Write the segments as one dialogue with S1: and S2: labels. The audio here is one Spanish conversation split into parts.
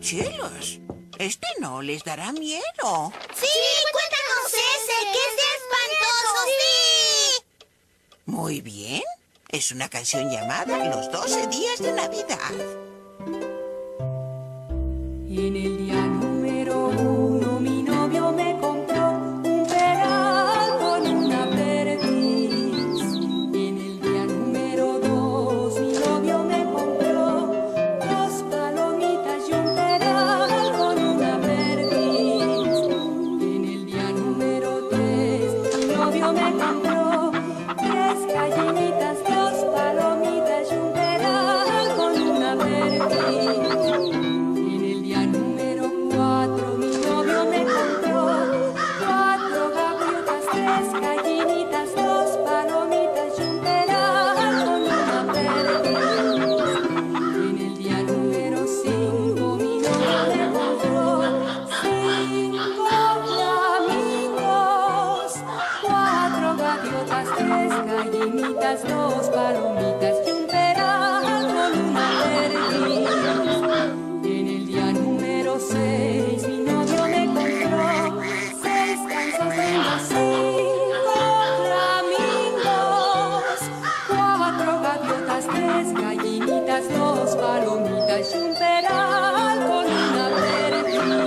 S1: Cielos, este no les dará miedo.
S2: Sí, cuéntanos ese, que es espantoso, sí.
S1: Muy bien. Es una canción llamada Los 12 días de Navidad.
S3: En el día número uno mi novio me compró un verano con una perdiz. En el día número dos mi novio me compró dos palomitas y un verano con una perdiz. En el día número tres mi novio me compró tres gallinitas, dos palomitas y un verano con una perdiz. En el día número cuatro mi novio me compró cuatro gaviotas, tres gallinitas, dos palomitas y un verano con una perdiz. En el día número cinco mi novio me compró cinco flamingos, cuatro gaviotas, tres gallinitas, dos palomitas y un verano con una perdiz. En el día número 6 mi novio me compró seis calzas lindas, cinco flamingos, cuatro gaviotas, tres gallinitas, dos palomitas y un peral con una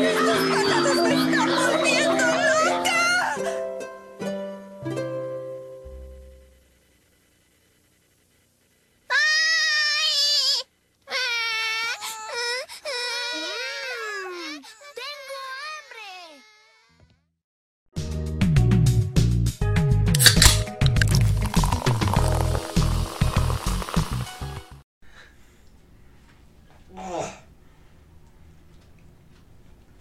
S3: perdiz.
S2: ¡Ay! Ah, ah, ah. ¡Tengo hambre!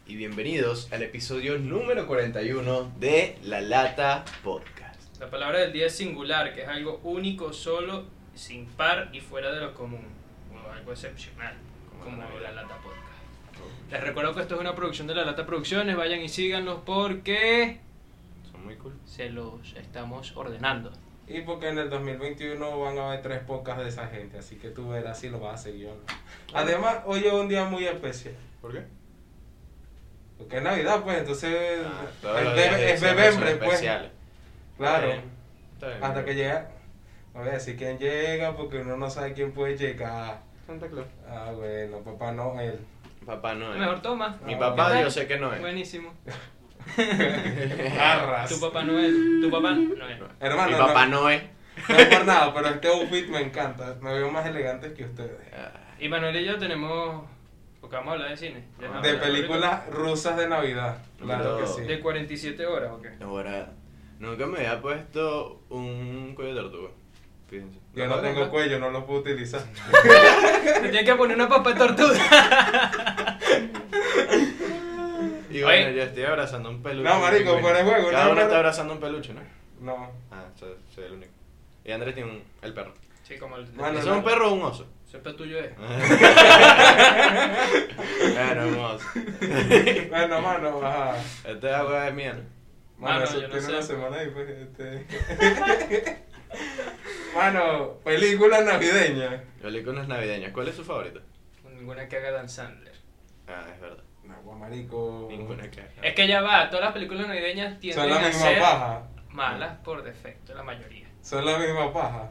S4: y bienvenidos al episodio número 41 de La Lata Podcast.
S5: La palabra del día es singular, que es algo único, solo, sin par y fuera de lo común. O algo excepcional, como la Lata Podcast. Les recuerdo que esto es una producción de La Lata Producciones. Vayan y síganlos porque
S6: Son muy cool.
S5: se los estamos ordenando.
S6: Y porque en el 2021 van a haber tres podcasts de esa gente, así que tú verás si lo vas a seguir o no. Además, hoy es un día muy especial.
S4: ¿Por qué?
S6: Porque es Navidad, pues, entonces
S4: Ah, todos
S6: es,
S4: los días
S6: bebe- es
S4: son
S6: bebembre, pues.
S4: especiales.
S6: Claro,
S4: Está bien, está bien.
S6: hasta que llega. No voy a decir quién llega porque uno no sabe quién puede llegar.
S4: Santa Claus.
S6: Ah, bueno, papá Noel.
S4: Papá no
S5: Mejor toma.
S4: Mi
S5: ¿Qué
S6: Ah,
S4: papá
S5: tal?
S4: yo sé que no es.
S5: Buenísimo.
S6: Arras.
S5: Tu papá Noel. Tu papá Noel.
S6: Hermano,
S4: Mi papá
S6: no,
S4: no, es.
S6: no es por nada, pero este outfit me encanta. Me veo más elegante que ustedes.
S5: Y Manuel y yo tenemos... Porque vamos a hablar de cine. Ya
S4: Ah,
S5: vamos a
S6: De
S5: hablar
S6: películas rusas de Navidad. Claro que
S4: Pero-
S6: sí.
S5: ahorita. De 47 horas, ¿o qué?
S4: Ahora, nunca me había puesto un cuello de tortuga. Fíjense.
S6: Yo no tengo cuello, no lo puedo utilizar.
S5: Te tienes que poner una papa de tortuga.
S4: Y bueno,
S5: Oye.
S4: yo estoy abrazando un peluche.
S6: No, marico,
S4: Bueno,
S6: fuera de juego,
S4: Cada
S6: no,
S4: uno
S6: pero-
S4: está abrazando un peluche, ¿no?
S6: No.
S4: Ah, soy, soy el único. Y Andrés tiene un, el perro.
S5: Sí, como el...
S6: Bueno,
S4: ¿Es
S6: no.
S4: un perro o un oso?
S5: Siempre tuyo eh. es.
S4: Bueno, un oso.
S6: Bueno, mano, ajá.
S4: Este agua es mía, ¿no?
S6: Mano,
S5: Mano,
S6: eso
S5: yo no
S6: tiene
S5: sé,
S6: una
S5: pues.
S6: semana ahí, pues. Este... mano, película navideña.
S4: Películas navideñas. ¿Cuál es su favorita?
S5: Ninguna que haga Dan Sandler.
S4: Ah, es verdad.
S6: No, pues, marico.
S4: Ninguna que
S5: Es que ya va, todas las películas navideñas tienden
S6: Son la
S5: a
S6: misma
S5: ser
S6: paja.
S5: malas por defecto, la mayoría.
S6: Son la misma paja.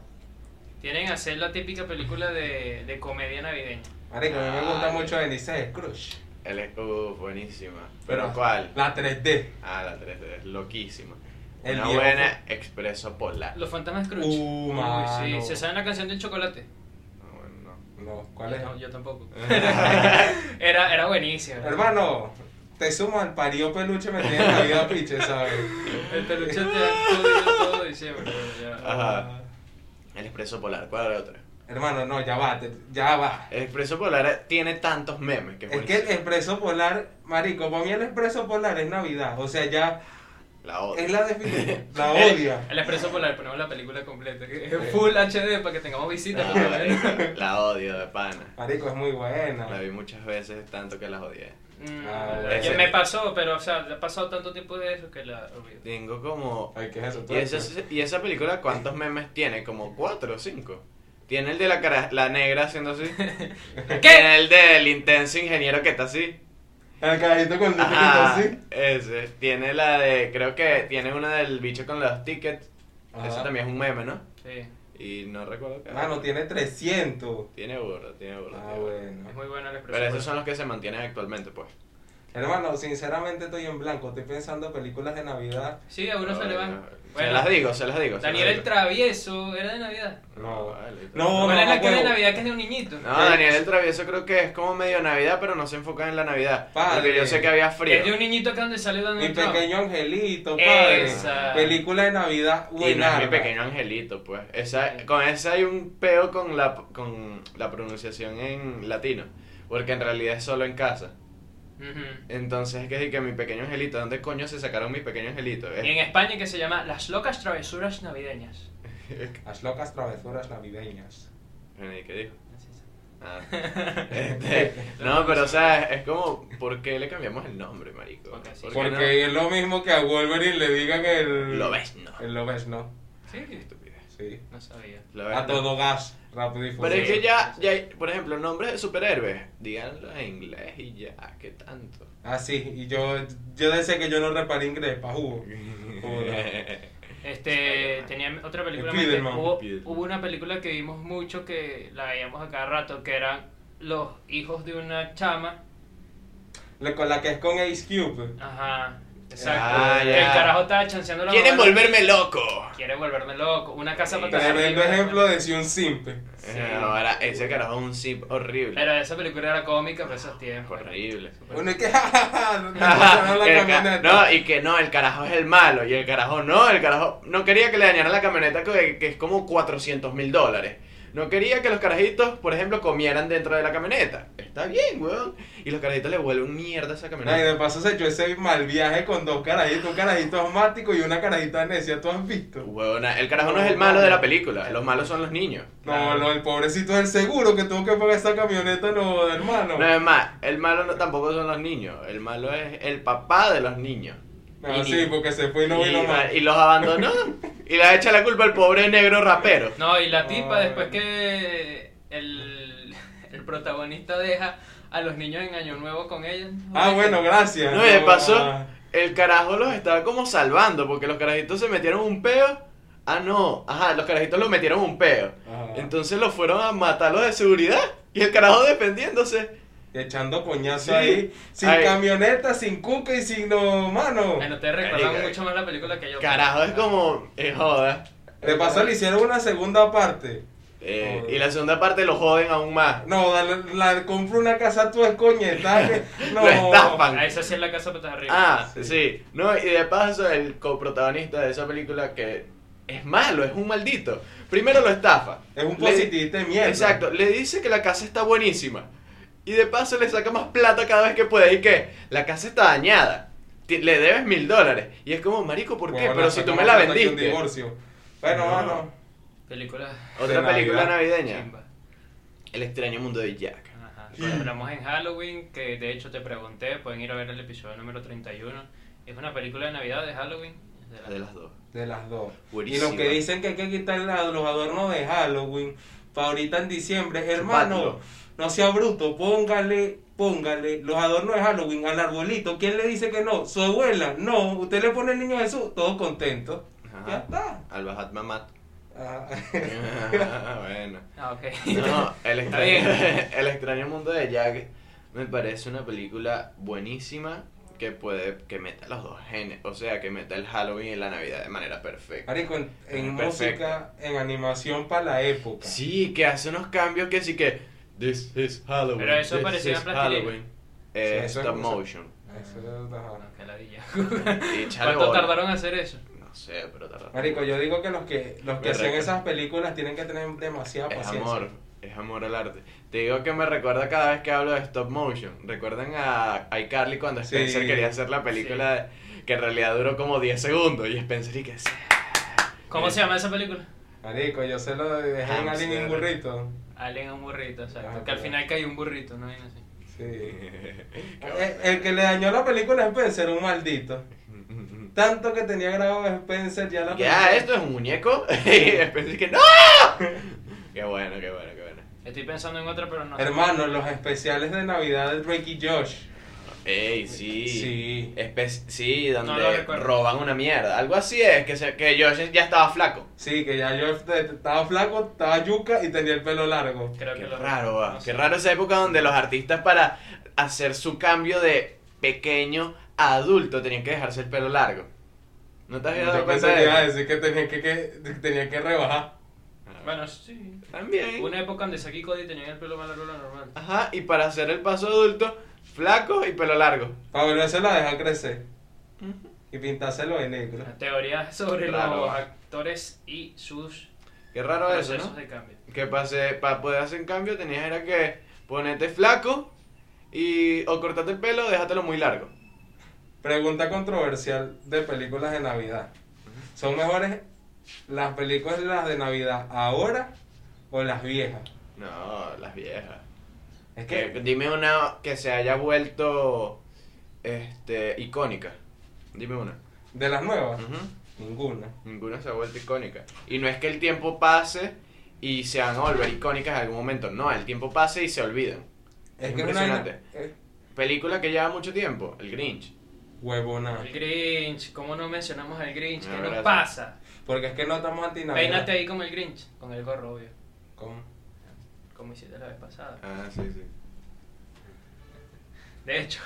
S5: Tienen a ser la típica película de, de comedia navideña.
S6: Marico, a mí me gusta
S4: Ay.
S6: mucho Denise Crush.
S4: El es uf, buenísima. ¿Pero cuál?
S6: La 3D.
S4: Ah, la 3D, es loquísima.
S6: El
S4: Una
S6: viejo
S4: buena expreso polar.
S5: Los fantasmas Scrooge.
S6: Uh, mano.
S5: sí. ¿Se saben la canción del chocolate?
S4: No, Ah, bueno, no.
S6: No, ¿cuál
S5: yo,
S6: es? Eh.
S5: no, yo tampoco. era, era buenísimo.
S6: Hermano, te sumo al parío peluche me tiene en la vida piche, ¿sabes?
S5: El peluche te da todo, todo diciembre. pero
S6: Ah.
S5: ya.
S4: Ajá. El expreso polar, ¿cuál era la otra?
S6: Hermano, no, ya va, te- ya va.
S4: El expreso polar eh, tiene tantos memes que es,
S6: Es que el
S4: buenísimo.
S6: expreso polar, marico, para mí el expreso polar es Navidad. O sea, ya
S4: La otra.
S6: es la definición. La
S5: El-
S6: odia.
S5: El, expreso polar, ponemos la película completa. que es Full HD para que tengamos visitas.
S4: Ah,
S5: porque,
S4: marico,
S5: bueno,
S4: la odio de pana.
S6: Marico, es muy
S4: La
S6: buena.
S4: vi muchas veces, tanto que la odié.
S5: Mm,
S6: Ah,
S5: ya
S6: bueno.
S5: me pasó, pero o sea, ha pasado tanto tiempo de eso que la olvido.
S4: Tengo como...
S6: Ay, ¿qué es eso?
S4: ¿Y esa, y esa película cuántos memes tiene? ¿Como cuatro o cinco? Tiene el de la cara, la negra haciendo así. Tiene el del intenso ingeniero que está así.
S6: El carajito con el que está
S4: Ajá,
S6: así.
S4: ese. Tiene la de, creo que tiene una del bicho con los tickets.
S6: Ajá.
S4: Eso también es un meme, ¿no?
S5: Sí,
S4: Y no recuerdo qué.
S6: Mano, tiene 300.
S4: Tiene burro, tiene burro.
S6: Ah,
S4: tiene burro.
S5: es
S6: bueno.
S5: muy buena la expresión.
S4: Pero esos son los que se mantienen actualmente, pues.
S6: Hermano, sinceramente estoy en blanco. Estoy pensando películas de Navidad.
S5: Sí, a
S4: Ah,
S5: uno se le van.
S4: Se
S5: Bueno,
S4: las digo, se las digo. se
S5: Daniel
S4: las
S5: el
S4: digo. Ah,
S5: Travieso era de Navidad.
S6: No.
S4: Vale,
S6: No,
S4: todo.
S5: ¿Cuál es la
S6: no,
S5: que es de
S6: huevo.
S5: Navidad que es de un niñito?
S4: No, Daniel el Travieso creo que es como medio Navidad, pero no se enfoca en la Navidad.
S6: Padre.
S4: Porque yo sé que había
S5: Que es de
S4: frío.
S5: un niñito que donde sale
S6: Mi
S5: Donald Trump.
S6: pequeño angelito, padre.
S5: Esa.
S6: Película de Navidad
S4: Y no es mi
S6: buena.
S4: pequeño angelito, pues. Esa,
S5: Sí.
S4: con esa hay un peo con la, con la pronunciación en latino. Porque en realidad es solo en casa.
S5: Ujú.
S4: Entonces es que sí que mi pequeño angelito, ¿dónde coño se sacaron mi pequeño angelito?
S5: Y en
S4: Es,
S5: España que se llama Las locas travesuras navideñas.
S6: Las locas travesuras navideñas.
S4: Bueno, ¿y ¿Qué dijo?
S5: Así es.
S4: Ah. Este, no, pero o sea, es como, ¿por qué le cambiamos el nombre, marico?
S5: Porque sí.
S4: ¿Por qué
S6: Porque es lo mismo que a Wolverine le digan
S4: no?
S6: el.
S4: Lo ves, no.
S6: El lo ves, no.
S5: Sí,
S4: Estupidez.
S6: Sí.
S5: no sabía.
S4: Lo ves,
S6: A
S4: no.
S6: todo gas. Rápido y
S4: Pero
S6: furioso.
S4: es que ya, ya hay, por ejemplo, nombres de superhéroes, díganlo en inglés y ya, ¿qué tanto?
S6: Ah, sí. Y yo, yo decía que yo no reparé inglés, pa' jugo.
S5: Este,
S4: Spider-Man.
S5: tenía otra película.
S6: Spider-Man.
S5: Hubo,
S4: Spider-Man.
S5: hubo una película que vimos mucho que la veíamos a cada rato, que eran los hijos de una chama.
S6: La- Con la que es con Ace Cube.
S5: Ajá, exacto.
S4: Ah,
S5: Que
S4: ya.
S5: El carajo estaba chanceando la
S4: ¡Quieren
S5: novela.
S4: volverme loco!
S5: Quieren volverme loco. Una casa
S4: Sí.
S5: para
S6: Tremendo ejemplo de si un simple.
S5: Sí.
S4: Eh, Ahora, ese carajo es un zip horrible.
S5: Pero esa película era cómica para esos tiempos.
S4: Horrible.
S6: Uno es que, ja, ja, ja, no te
S4: Ajá,
S6: pasaron
S4: que
S6: la
S4: el ca-
S6: camioneta.
S4: no, y que no, el carajo es el malo. Y el carajo no, el carajo no quería que le dañaran la camioneta que, que es como 400 mil dólares. No quería que los carajitos, por ejemplo, comieran dentro de la camioneta. Está bien, weón. Y los carajitos le vuelven mierda a esa
S6: No, y
S4: camioneta.
S6: de paso se echó ese mal viaje con dos carajitos, un carajito asmático y una carajita necia, ¿tú has visto?
S4: Huevona, el carajo no es el malo de la película. Los malos son los niños.
S6: No, no, el pobrecito del seguro que tuvo que pagar esa camioneta, no, hermano.
S4: No es más, el malo no, tampoco son los niños. El malo es el papá de los niños.
S6: No,
S4: Y
S6: sí,
S4: ni-
S6: porque se fue y no
S4: y,
S6: vino más.
S4: y los abandonó. y le echa la culpa al pobre negro rapero.
S5: No, y la
S6: No,
S5: tipa después
S6: bueno.
S5: que el, el protagonista deja a los niños en Año Nuevo con ella.
S6: Ah, bueno, gracias.
S4: No, y de paso,
S6: ah,
S4: el carajo los estaba como salvando, porque los carajitos se metieron un peo. Ah, no, ajá, los carajitos los metieron un peo.
S6: ajá.
S4: Entonces los fueron a matarlos de seguridad. Y el carajo defendiéndose.
S6: Echando coñazo
S4: Sí.
S6: ahí, sin
S4: Ay.
S6: camioneta, sin cuca y sin no, mano.
S5: Bueno, te recordaban
S4: Marica,
S5: mucho más la película que yo.
S4: Carajo, es como. eh, joda.
S6: De paso le hicieron una segunda parte.
S4: Eh,
S6: Joder.
S4: y la segunda parte lo joden aún más.
S6: No, dale- la, compró una casa tú es coñeta. que- No,
S4: Lo estafan.
S5: A esa sí es la casa patas arriba.
S4: Ah,
S6: Sí.
S4: sí. No, y de paso el coprotagonista de esa película que es malo, es un maldito. Primero lo estafa.
S6: Es un
S4: Le-
S6: positivista de mierda.
S4: Exacto, le dice que la casa está buenísima. Y de paso le saca más plata cada vez que puede. ¿Y que La casa está dañada. Ti- Le debes mil dólares. Y es como, marico, ¿por qué?
S6: Bueno,
S4: Pero si tú
S6: sacamos
S4: me la
S6: plata de un
S4: vendiste.
S6: divorcio. Bueno,
S4: No.
S6: mano.
S5: Película
S4: Otra
S6: De
S4: película
S6: Navidad.
S4: navideña.
S5: chimba.
S4: El extraño mundo de Jack.
S5: Ajá. Cuando hablamos en Halloween, que de hecho te pregunté, pueden ir a ver el episodio número 31. Es una película de Navidad de Halloween. de la-
S4: De las dos.
S6: De las dos.
S4: Buenísima.
S6: Y lo que dicen que hay que quitar la- los adornos de Halloween para ahorita en diciembre. Hermano,
S4: Chupátelo.
S6: no sea bruto, póngale, póngale los adornos de Halloween al arbolito. ¿Quién le dice que no? Su abuela, no. Usted le pone el niño Jesús, todo contento.
S4: Ajá.
S6: Ya está.
S4: Al Bajat Mamat.
S6: Ah,
S4: Ah, bueno.
S5: Ah, ok.
S4: No, el
S5: Está
S4: extraño, el extraño mundo de Jack me parece una película buenísima que puede que meta los dos genes, o sea, que meta el Halloween y la Navidad de manera perfecta.
S6: Marico, en, en
S4: Perfecto.
S6: música, en animación para la época.
S4: Sí, que hace unos cambios que sí que this is Halloween.
S5: Pero eso
S4: this
S5: parecía
S4: is
S5: plastilina.
S4: Halloween. Eh,
S6: Sí, eso es
S4: stop
S6: cosa-
S4: motion.
S6: Eso es- ajá.
S5: No, qué ladilla.
S4: Y chale
S5: ¿Cuánto
S4: bola.
S5: tardaron en hacer eso?
S4: No sé, pero tardaron.
S6: Marico, yo digo que los que los que
S4: Me
S6: hacen
S4: recuerda.
S6: esas películas tienen que tener demasiada
S4: Es
S6: paciencia.
S4: amor, es amor al arte. Te digo que me recuerda cada vez que hablo de stop motion. ¿Recuerdan a iCarly cuando
S6: Sí.
S4: Spencer quería hacer la película que en realidad duró como 10 segundos? Y Spencer y que... "Sí".
S5: ¿Cómo se llama esa película?
S6: Marico, yo se lo dejé en
S4: Hamster.
S6: alguien un burrito.
S5: Alien a un burrito, exacto.
S6: Ah,
S5: que al
S6: claro.
S5: final cae un burrito, no viene así.
S6: Sí. El, Eh, el que le dañó la película a Spencer era un maldito. Tanto que tenía grabado Spencer ya la
S4: Ya,
S6: película.
S4: "Ah, esto es un muñeco. Y después que ¡No! Qué bueno, qué bueno, qué bueno.
S5: Estoy pensando en otra, pero no.
S6: Hermano, los especiales de Navidad de Drake y Josh.
S4: Ey, sí.
S6: Sí.
S4: Espe- sí, donde
S5: No lo recuerdo.
S4: roban una mierda. Algo así es, que, se- que yo ya estaba flaco.
S6: Sí, que ya Josh te- te- estaba flaco, estaba yuca y tenía el pelo largo.
S5: Creo
S4: Qué
S5: que lo-
S4: raro, va.
S5: no
S4: qué
S5: sé.
S4: raro esa época donde los artistas para hacer su cambio de pequeño a adulto tenían que dejarse el pelo largo. ¿No te has dado
S6: Yo
S4: cuenta
S6: pensé que iba a
S4: de eso?
S6: decir que tenía que, que, tenía que rebajar.
S5: Bueno, sí.
S4: También.
S5: Una época donde Saki y Cody tenían el pelo más largo de lo normal.
S4: Ajá, y para hacer el paso adulto, flaco y pelo largo.
S6: Para volverse la deja crecer. Y pintárselo de negro.
S5: La teoría sobre
S4: Raro.
S5: los actores y sus
S4: Qué raro eso,
S5: procesos
S4: ¿no?
S5: de cambio.
S4: Que pase, para poder hacer un cambio tenías era que ponerte flaco y o cortarte el pelo o dejártelo muy largo.
S6: Pregunta controversial de películas de Navidad. ¿Son mejores las películas de Navidad ahora o las viejas?
S4: No, las viejas.
S6: Es
S4: Que,
S6: que
S4: dime una que se haya vuelto este icónica. Dime una.
S6: de las nuevas,
S4: Ujú.
S6: ninguna.
S4: Ninguna se ha vuelto icónica. Y no es que el tiempo pase y se van a volver icónicas en algún momento. No, el tiempo pase y se olvidan.
S6: Es que
S4: Impresionante.
S6: es una- eh,
S4: Película que lleva mucho tiempo, El Grinch. Ah.
S6: huevona.
S5: El Grinch, ¿cómo no mencionamos al Grinch?
S4: La
S5: ¿Qué nos
S4: verdad,
S5: pasa?
S6: Porque es que no estamos anti Navidad.
S5: Peínate ahí como el Grinch, con el gorro, obvio.
S6: ¿Cómo?
S5: Como hiciste la vez pasada.
S4: Ah, sí, sí.
S5: De hecho,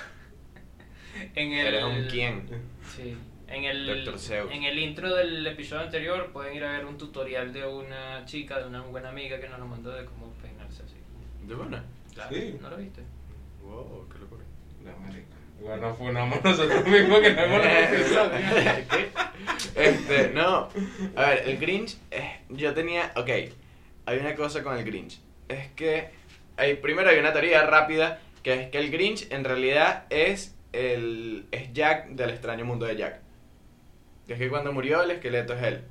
S5: en el.
S4: Eres un quién.
S5: Sí. En el,
S4: Dr. Seuss.
S5: en el intro del episodio anterior pueden ir a ver un tutorial de una chica, de una buena amiga que nos lo mandó de cómo peinarse así.
S4: ¿De buena?
S5: Claro,
S6: Sí.
S5: ¿no lo viste?
S4: Wow, qué locura.
S6: La marica. Igual nos funamos nosotros mismos que no hemos revisado.
S4: ¿Qué? Eh, Este, no. A ver, el Grinch, eh, yo tenía, ok, hay una cosa con el Grinch. Es que, hay, primero hay una teoría rápida, que es que el Grinch en realidad es el es Jack del extraño mundo de Jack. Que es que cuando murió el esqueleto es él.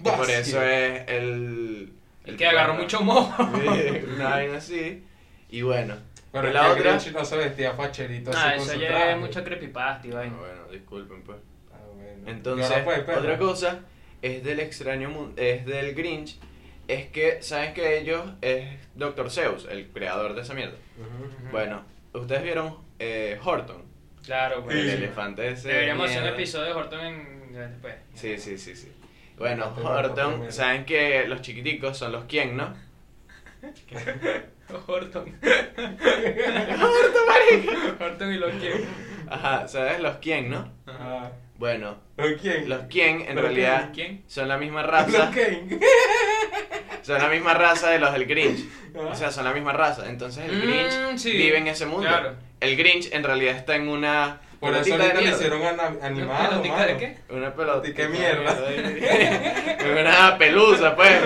S4: Y por
S6: Vacío.
S4: eso es el...
S5: El que agarró mucho mojo.
S4: Sí, Una vaina así. Y bueno.
S6: Pero
S4: y
S6: es
S4: la
S6: que
S4: otra...
S6: Grinch no se vestía facherito
S5: Ah,
S6: así con
S5: eso
S6: su
S5: ya
S6: traje.
S5: es mucha creepypasta y vaina.
S4: Ah, bueno, disculpen pues.
S6: Ah, bueno.
S4: Entonces,
S6: Y ahora, pues, pues,
S4: otra cosa es del extraño mundo, es del Grinch, es que, ¿saben que ellos es Dr. Zeus, el creador de esa mierda?
S6: Ujú.
S4: Bueno, ustedes vieron eh, Horton,
S5: Claro, güey.
S4: el
S6: Sí.
S4: elefante ese. de
S5: Deberíamos hacer un
S4: mierda.
S5: episodio de Horton en... ya después.
S4: Sí, sí, sí, sí. Bueno,
S6: Elefante Horton
S4: Horton,
S6: primero.
S4: ¿saben que los chiquiticos son los quién, no?
S5: Horton.
S4: ¡Horton, marica!
S5: Horton y los quién.
S4: Ajá, ¿sabes los quién, no?
S6: Ah,
S4: Bueno,
S6: ¿Pero quién?
S4: los quién en
S6: ¿Pero
S4: realidad
S5: quién?
S4: son la misma
S6: ¿Los
S4: raza,
S6: quién?
S4: son la misma raza de los del Grinch.
S6: Ah.
S4: O sea, son la misma raza. Entonces el
S5: Mm,
S4: Grinch
S5: sí.
S4: vive en ese mundo.
S5: Claro.
S4: El Grinch en realidad está en una.
S6: Por
S4: pelotita
S6: eso
S4: de
S6: ahorita le
S4: mierda.
S6: hicieron ana- animado,
S5: ¿Pelotica de
S6: mano.
S5: qué?
S4: Una pelota.
S6: ¿Y qué mierda?
S4: una pelusa, pues.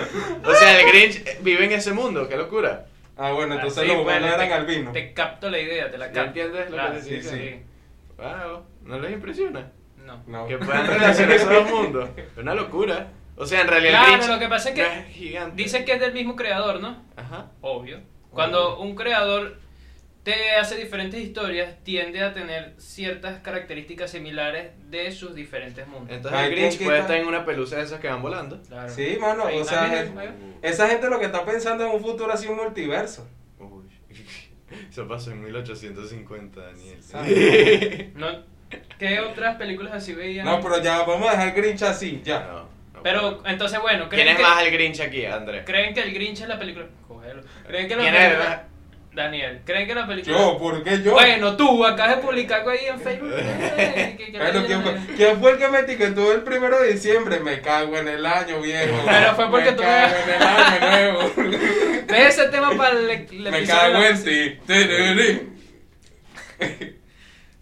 S4: O sea, el Grinch eh, vive en ese mundo. Qué locura.
S6: Ah, bueno, entonces
S5: Así,
S6: los
S5: pues,
S6: humanos
S5: te-
S6: eran albinos.
S5: Te capto la idea, te la
S4: ¿Ya
S5: capto.
S4: entiendes lo
S5: Claro,
S4: que te
S5: sí,
S6: digo?
S5: sí.
S4: Wow. ¿No les impresiona?
S5: No.
S6: No.
S4: Que puedan relacionar esos dos mundos. Es una locura. O sea, en realidad
S5: Claro,
S4: el Grinch
S5: lo que pasa es que
S4: no es gigante.
S5: Dicen que es del mismo creador, ¿no?
S4: Ajá.
S5: Obvio. Cuando un creador te hace diferentes historias, tiende a tener ciertas características similares de sus diferentes mundos.
S4: Entonces
S6: Ay,
S4: el Grinch
S6: ¿quién
S4: puede
S6: quita?
S4: estar en una pelusa de esas que van volando.
S5: Claro.
S6: Sí, mano,
S5: Ahí
S6: o
S5: está,
S6: sea,
S5: mira,
S6: es-
S5: ahí va.
S6: esa gente lo que está pensando es un futuro así, un multiverso.
S4: Uy, eso pasó en 1850, Daniel.
S6: ¿Sabes?
S5: No- ¿Qué otras películas así veían?
S6: No, pero ya, vamos a dejar el Grinch así, ya.
S4: No, no
S5: Pero,
S4: puedo.
S5: entonces, bueno,
S4: ¿quién
S5: ¿creen
S4: es
S5: que,
S4: más el Grinch aquí, Andrés?
S5: creen que el Grinch es la película? Cógelo. ¿Creen que la
S4: ¿Quién es
S5: película?
S4: más?
S5: Daniel, ¿creen que la película?
S6: Yo, ¿por qué yo?
S5: Bueno, tú acabas de publicar algo ahí en Facebook. Eh, que- que la
S6: Bueno,
S5: leyenda
S6: ¿quién, fue,
S5: de-
S6: quién fue el que me etiquetó el primero de diciembre? Me cago en el año, viejo.
S5: Pero fue porque
S6: me
S5: tú-
S6: cago en el año nuevo.
S5: Ve ese tema para el, el
S6: me
S5: episodio de
S6: cago
S5: la-
S6: en ti. Tirirí.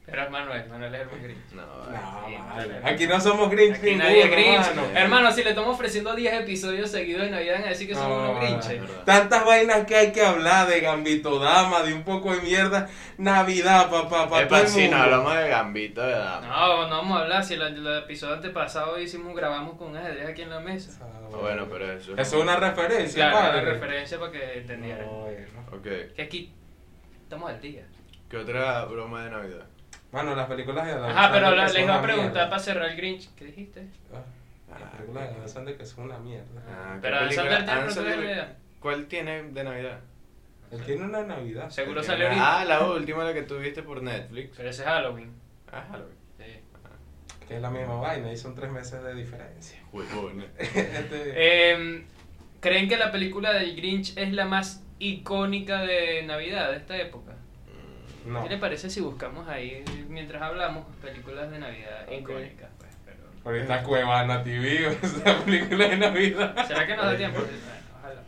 S5: Pero es Manuel, Manuel es el más grinch.
S4: No,
S6: No,
S5: Sí, vale.
S6: vale. Aquí no somos Grinch
S5: Aquí
S6: ninguno,
S5: nadie es grinch.
S6: mano.
S5: Hermano, si le estamos ofreciendo 10 episodios seguidos de Navidad, van a decir que son
S6: No,
S5: unos grinches.
S4: vale. verdad.
S6: Tantas vainas que hay que hablar de Gambito Dama, de un poco de mierda. Navidad, papá, papá.
S4: Epa, sí, no hablamos de Gambito, ¿verdad?
S5: No, no vamos a hablar. Si el, el episodio antepasado hicimos, grabamos con un ajedrez aquí en la mesa.
S4: Ah, Bueno, pero eso.
S6: Ah, Eso es una referencia,
S5: Claro, la
S6: padre. eh,
S5: referencia para que entendieran.
S6: No, bueno.
S4: Ok,
S5: Que aquí estamos al día.
S4: ok. ¿Qué otra broma de Navidad?
S6: Bueno, las películas de Adam
S5: Ajá, pero
S6: Sandler
S5: la-
S6: que son
S5: les iba a
S6: una
S5: preguntar
S6: mierda.
S5: para cerrar el Grinch. ¿Qué dijiste?
S6: Ah, Las películas de Adam Sandler que son una mierda.
S4: Ah, ¿qué
S5: Pero Adam
S4: película?
S5: Sandler tiene
S4: Adam
S5: otra de
S4: Sandler-
S5: Navidad.
S4: ¿Cuál tiene de Navidad?
S6: Él tiene una Navidad.
S5: Seguro
S4: Tiene-
S5: salió ahorita.
S4: Ah, la última, la que tuviste por Netflix.
S5: Pero ese es Halloween.
S4: Ah, Halloween.
S5: Sí.
S6: Que es la misma vaina y son tres meses de diferencia.
S4: Huevón.
S6: Este,
S5: Em, ¿Creen que la película del Grinch es la más icónica de Navidad de esta época?
S6: no.
S5: ¿Qué le parece si buscamos ahí, mientras hablamos, películas de Navidad
S4: Ok.
S5: icónicas? pues, pero-
S6: Ahorita Cuevana TV, o sea, película de Navidad.
S5: ¿Será que nos da tiempo? Bueno, ojalá.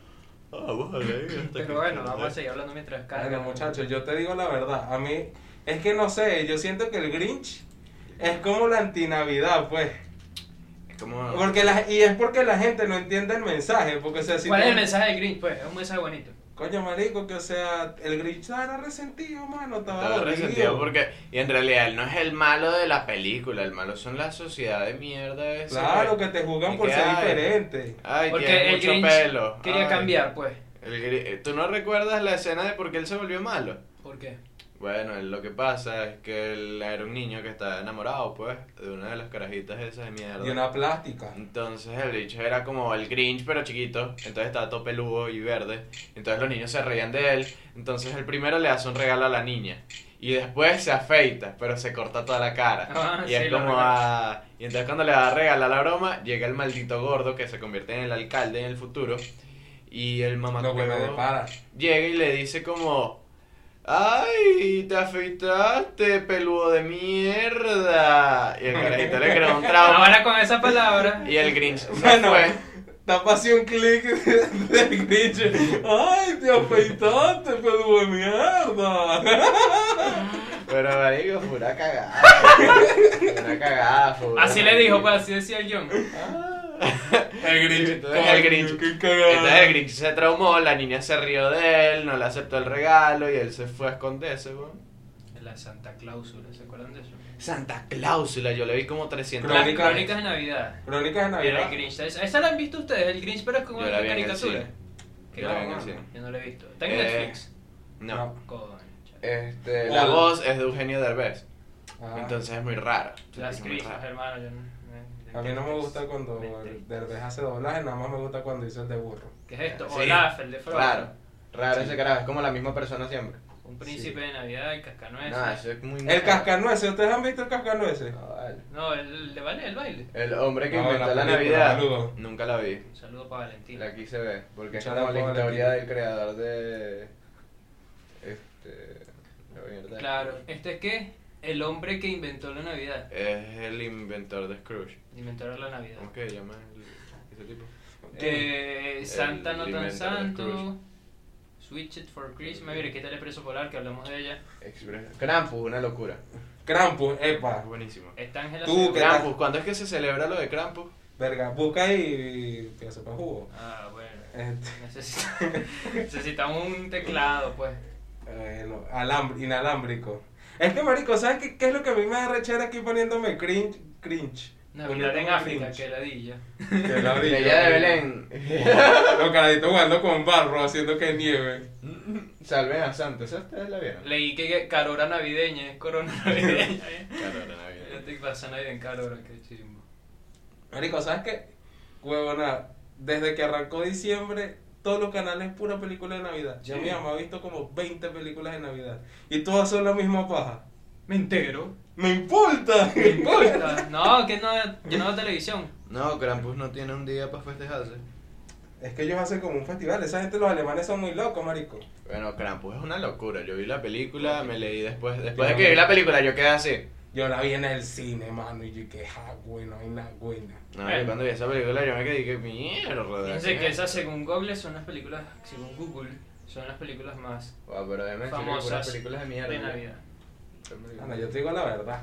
S4: Ah, bójale ahí, hasta que-
S5: Pero bueno, vamos a seguir hablando mientras carga.
S6: Bueno, muchachos, yo te digo la verdad. A mí, es que no sé, yo siento que el Grinch es como la antinavidad, pues.
S4: Es como...
S6: Porque la, y es porque la gente no entiende el mensaje. Porque, o sea, si
S5: ¿Cuál
S6: tú-
S5: es el mensaje del Grinch? Pues es un mensaje bonito.
S6: Coño, marico, que o sea, el Grinch estaba resentido, mano. Estaba,
S4: Estaba
S6: dolido.
S4: resentido porque. Y en realidad él no es el malo de la película, el malo son la sociedad de mierda esa.
S6: Claro, que te juzgan
S4: ¿Y
S6: por
S4: qué
S6: ser
S4: hay?
S6: diferente.
S4: Ay,
S5: Porque
S4: tiene
S5: el
S4: mucho
S5: Grinch
S4: pelo.
S5: quería
S4: Ay.
S5: cambiar, pues.
S4: El Grinch- ¿Tú no recuerdas la escena de por qué él se volvió malo?
S5: ¿Por qué?
S4: Bueno, él- lo que pasa es que él era un niño que estaba enamorado, pues, de una de las carajitas esas de mierda.
S6: Y una plástica.
S4: Entonces el bicho era como el Grinch, pero chiquito. Entonces estaba todo peludo y verde. Entonces los niños se reían de él. Entonces el primero le hace un regalo a la niña. Y después se afeita, pero se corta toda la cara.
S5: Ah,
S4: y
S5: sí,
S4: es
S5: lo
S4: como
S5: recuerdo.
S4: a... Y entonces cuando le va a regalar la broma, llega el maldito gordo que se convierte en el alcalde en el futuro. Y el mamá
S6: Lo que me depara.
S4: llega y le dice como, ay, te afeitaste, peludo de mierda. Y el carajito le creó un trauma.
S5: Ahora con esa palabra.
S4: Ah, Y el Grinch se
S6: Bueno.
S4: fue.
S6: Tapa así un clic del Grinch. ¡Ay, te afeitaste, pedo de mierda!
S4: Pero marico, fue una cagada. Fue una cagada, fue una
S5: Así le dijo, pues así decía el guión.
S6: El Grinch.
S4: Entonces el Grinch-
S6: Qué
S4: Entonces el
S6: cagada.
S4: Grinch se traumó, la niña se rió de él, no le aceptó el regalo y él se fue a esconderse, weón.
S5: La Santa Clausura, ¿se acuerdan de eso?
S4: Santa Cláusula, yo le vi como 300
S5: Las
S6: Crónicas.
S5: crónicas de Navidad.
S6: Crónicas de
S5: Era
S6: Navidad.
S5: el Grinch. Esa esa la han visto ustedes, el Grinch, pero es como
S4: Yo
S5: una
S4: la vi en el
S5: caricatura.
S4: cine.
S5: Qué
S4: Yo la vi en
S5: bueno,
S4: el cine.
S5: Yo no la he visto. Está en
S4: Eh,
S5: Netflix.
S4: No.
S5: Concha.
S4: Este, la
S6: Hola.
S4: voz es de Eugenio Derbez.
S6: Ah,
S4: Entonces es muy raro.
S5: Las
S4: Es muy
S5: crismas,
S4: raro.
S5: hermano. Yo no, eh,
S6: A mí no me gusta cuando
S5: Vete.
S6: Derbez hace doblaje, nada más me gusta cuando dice el de burro.
S5: ¿Qué es esto?
S4: Sí.
S5: Olaf, el de Frodo.
S4: Raro. Raro ese carajo, es como la misma persona siempre.
S5: Un príncipe de Navidad, el cascanueces.
S4: No, eso es muy
S6: El cascanueces, ¿ustedes han visto el cascanueces?
S4: No, vale.
S5: No, el, el de vale, el baile.
S4: El hombre que
S6: No,
S4: inventó la,
S6: la película,
S4: Navidad.
S6: boludo.
S4: Nunca la vi.
S5: Un saludo para Valentín.
S4: La quise ver. Porque es
S6: Shout out
S4: como la
S6: para
S4: historia
S6: Valentín.
S4: del creador de. Este. La mierda.
S5: Claro. ¿Este es qué? El hombre que inventó la Navidad.
S4: Es el inventor de Scrooge.
S5: Inventó la Navidad.
S4: ¿Cómo que llama el- ese tipo?
S5: Eh, Santa
S4: El
S5: no tan
S4: inventor de
S5: santo.
S4: Scrooge.
S5: Switch it for Christmas. Mire, ¿qué tal el preso polar que hablamos de ella?
S4: Express- Krampus, una locura. Eh,
S6: Krampus,
S4: Ah, Es
S6: epa.
S4: buenísimo.
S5: Está Ángela
S6: Tú,
S5: Segura.
S6: Krampus.
S4: Krampus, ¿cuándo es que se celebra lo de Krampus?
S6: Verga, busca y que sepa jugo.
S5: Ah, bueno.
S6: Este,
S5: Necesit- Necesitamos un teclado, pues.
S6: eh, no, alam- inalámbrico. Es que, marico, ¿sabes qué, qué es lo que a mí me da rechera aquí poniéndome cringe? Cringe.
S5: Navidad en
S6: Poniéndome
S5: África,
S6: cringe.
S5: que ladilla.
S6: Que la
S4: De
S6: orilla,
S4: allá de
S6: marico.
S4: Belén.
S6: Los caraditos jugando con barro, haciendo que nieve.
S4: Salven a Santa, ¿esa ustedes la vieron?
S5: Leí que carora navideña es corona navideña. ¿eh?
S4: Claro, la
S5: Ya
S4: Navidad.
S5: te pasa Navidad en carora, qué chimbo.
S6: Marico, ¿sabes qué? Huevona, desde que arrancó diciembre, todos los canales es pura película de Navidad. Ya
S4: Sí.
S6: mi mamá ha visto como 20 películas de Navidad. Y todas son la misma paja.
S5: Me entero.
S6: ¡Me importa!
S5: Me importa. No, que no, yo no veo televisión.
S4: No, Krampus no tiene un día para festejarse.
S6: Es que ellos hacen como un festival. Esa gente, los alemanes, son muy locos, marico.
S4: Bueno, Krampus es una locura. Yo vi la película, me leí después. Después de que vi la película, yo quedé así.
S6: Yo la vi en el cine, mano, y yo que ah, bueno, hay una buena.
S4: No, yo cuando vi esa película, yo me quedé que mierda.
S5: Fíjense Eh. que
S4: ¿qué es?".
S5: esas, según Google, son las películas, según Google, son las películas más
S4: Guau, pero déjame decir que puras
S5: famosas
S4: películas de mierda.
S5: de
S4: ¿no?
S5: Navidad.
S4: Son películas.
S6: Mano, yo te digo la verdad.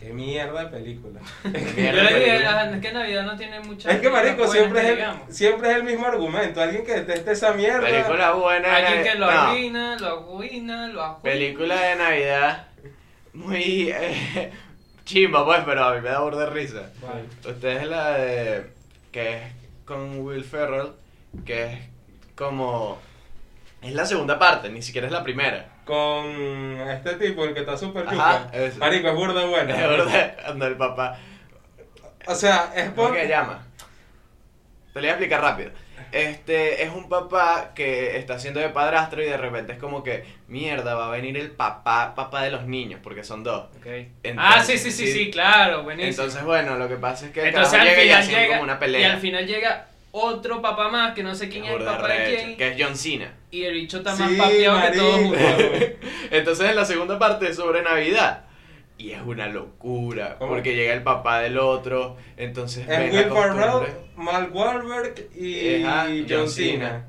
S6: Qué mierda de película.
S5: Yo
S4: Mierda de
S5: le dije,
S4: película.
S5: "Ah, es que Navidad no tiene muchas.
S6: es que, marico,
S5: películas
S6: siempre
S5: buenas
S6: es,
S5: que
S6: el,
S5: digamos".
S6: siempre es el mismo argumento. Alguien que deteste esa mierda.
S4: Película buena. de
S5: Alguien que lo
S4: Navidad. No,
S5: arruina, lo arruina, lo arruina.
S4: Película de Navidad. Muy. eh, chimba, pues, pero a mí me da burda de risa.
S6: ¿Cuál?
S4: Usted es la de. que es con Will Ferrell, que es como. Es la segunda parte, ni siquiera es la primera.
S6: con este tipo, el que está súper
S4: Ajá,
S6: yuca.
S4: ese.
S6: Marico, es burda bueno.
S4: Es verdad, anda el papá.
S6: O sea, es
S4: ¿Por
S6: porque...
S4: qué llama? Te lo voy a explicar rápido. Este es un papá que está haciendo de padrastro y de repente es como que, mierda, va a venir el papá, papá de los niños, porque son dos.
S5: Ok.
S4: Entonces,
S5: ah, sí, sí, sí,
S4: sí.
S5: sí, claro, buenísimo.
S4: Entonces, bueno, lo que pasa es que el
S5: Entonces,
S4: carajo
S5: al
S4: llega y
S5: final
S4: hacen
S5: llega,
S4: como una
S5: y
S4: pelea.
S5: al final llega otro papá más, que no sé quién es el
S4: Burda
S5: papá de
S4: recho,
S5: quién,
S4: Que es John Cena.
S5: y el bicho está más
S6: Sí,
S5: papeado que todos
S6: marico.
S5: juntos.
S4: Entonces en la segunda parte es sobre Navidad. Y es una locura.
S6: ¿Cómo?
S4: Porque llega el papá del otro. Entonces
S6: Es
S4: ven la
S6: Will
S4: costumbre.
S6: Ferrell, Mark Wahlberg y
S4: Ajá,
S6: John Cena.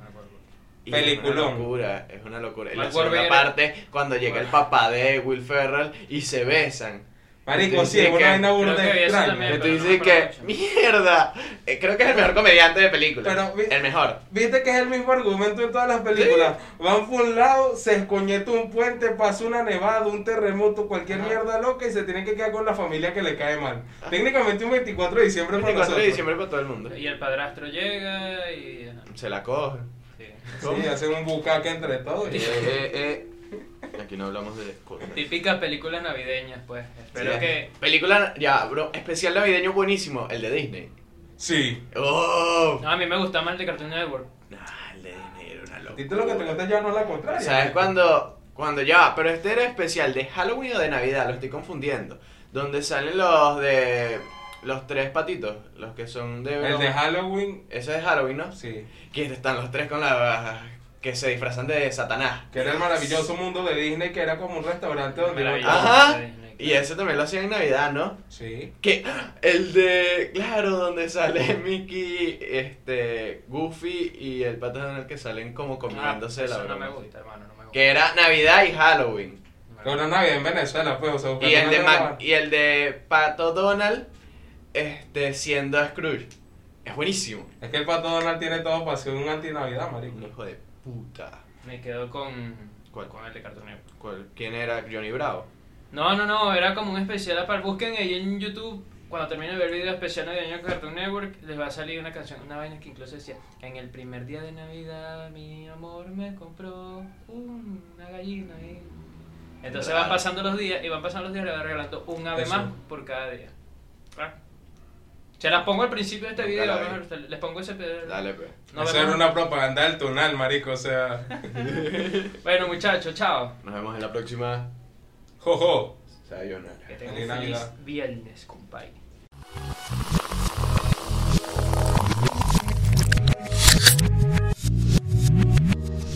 S4: Y Es
S6: Peliculón.
S4: una locura, es una locura. Y la
S5: Mark
S4: segunda
S5: Wahlberg.
S4: parte, cuando llega el papá de Will Ferrell y se besan.
S6: Eh, Marico, sí,
S4: Entonces,
S6: es una
S4: que-
S6: vaina
S5: creo
S6: burda
S5: que eso
S6: extraña.
S5: también-
S4: Entonces
S5: pero no
S4: dices
S5: me
S4: que,
S5: acuerdo
S4: ¡mierda! Eh, creo que es el mejor comediante de película.
S6: Pero vi-
S4: el mejor.
S6: Viste que es el mismo argumento en todas las películas. Van por un lado, se escoñeta un puente, pasa una nevada, un terremoto, cualquier
S4: Ajá.
S6: mierda loca y se tienen que quedar con la familia que le cae mal. Técnicamente un 24 de diciembre para
S4: 24
S6: nosotros.
S4: de diciembre para todo el mundo.
S5: Y el padrastro llega y... ajá,
S4: Se la coge.
S5: sí.
S6: Sí, hacen un bucaque entre todos.
S4: Eh, eh, eh. Aquí no hablamos de cosas.
S5: Típicas películas navideñas, pues. Espero
S4: Sí.
S5: que...
S4: Película, ya, bro, especial navideño buenísimo, el de Disney.
S6: Sí.
S4: ¡Oh!
S5: No, a mí me gusta más el de Cartoon Network.
S4: Nah, el de Disney era una
S6: A
S4: locura.
S6: ti te lo que te cuentas ya no es la contraria.
S4: ¿Sabes cuando, cuando ya? va, Pero este era especial de Halloween o de Navidad, lo estoy confundiendo. Donde salen los de. Los tres patitos, los que son de.
S6: El de Halloween,
S4: Ese es Halloween, ¿no?
S6: sí.
S4: Que están los tres con la. que se disfrazan de Satanás.
S6: Que era el maravilloso mundo de Disney, que era como un restaurante donde...
S5: Maravilloso.
S4: Ajá.
S5: de Disney,
S4: Y ese también lo hacían en Navidad, ¿no?
S6: Sí.
S4: Que ¡ah! el de, claro, donde sale Mickey, este, Goofy y el pato Donald que salen como comiéndose
S5: Ah,
S4: la
S5: eso no
S4: broma,
S5: me
S4: sí.
S5: gusta, hermano, no me gusta.
S4: Que era Navidad y Halloween.
S6: Con una Navidad en Venezuela, pues. O sea,
S4: Y el,
S6: no
S4: de
S6: era
S4: Mac-
S6: nada.
S4: y el de Pato Donald, este, siendo Scrooge. Es buenísimo.
S6: Es que el pato Donald tiene todo para ser un antinavidad, marico.
S4: Un hijo de puta.
S5: Me quedo con...
S4: ¿Cuál?
S5: Con el de Cartoon Network.
S4: ¿Cuál- ¿Quién era Johnny Bravo?
S5: No, no, no, era como un especial para... Busquen ahí en YouTube, cuando termine de ver el video especial navideño de Cartoon Network, les va a salir una canción, una vaina que incluso decía, en el primer día de Navidad mi amor me compró una gallina ahí. Entonces van
S4: Raro.
S5: pasando los días y van pasando los días le van regalando un ave
S6: Eso.
S5: más por cada día. ¿Va? Se las pongo al principio de este
S4: Nunca
S5: video,
S4: la
S5: a lo
S4: vi.
S5: mejor se- les pongo ese pedazo.
S4: Dale, pues.
S5: Nos
S6: Eso
S5: vemos.
S6: era una propaganda del tunal, marico. O sea,
S5: Bueno muchachos, chao.
S4: Nos vemos en la próxima.
S6: jojo.
S4: Sayonara.
S5: Que tengan un
S6: Feliz
S5: feliz
S6: Navidad.
S5: viernes, compadre.